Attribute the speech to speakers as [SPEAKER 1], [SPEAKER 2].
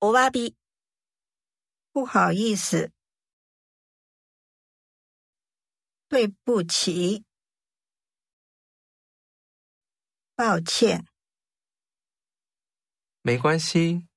[SPEAKER 1] お詫び、
[SPEAKER 2] 不好意思，对不起，抱歉，
[SPEAKER 3] 没关系，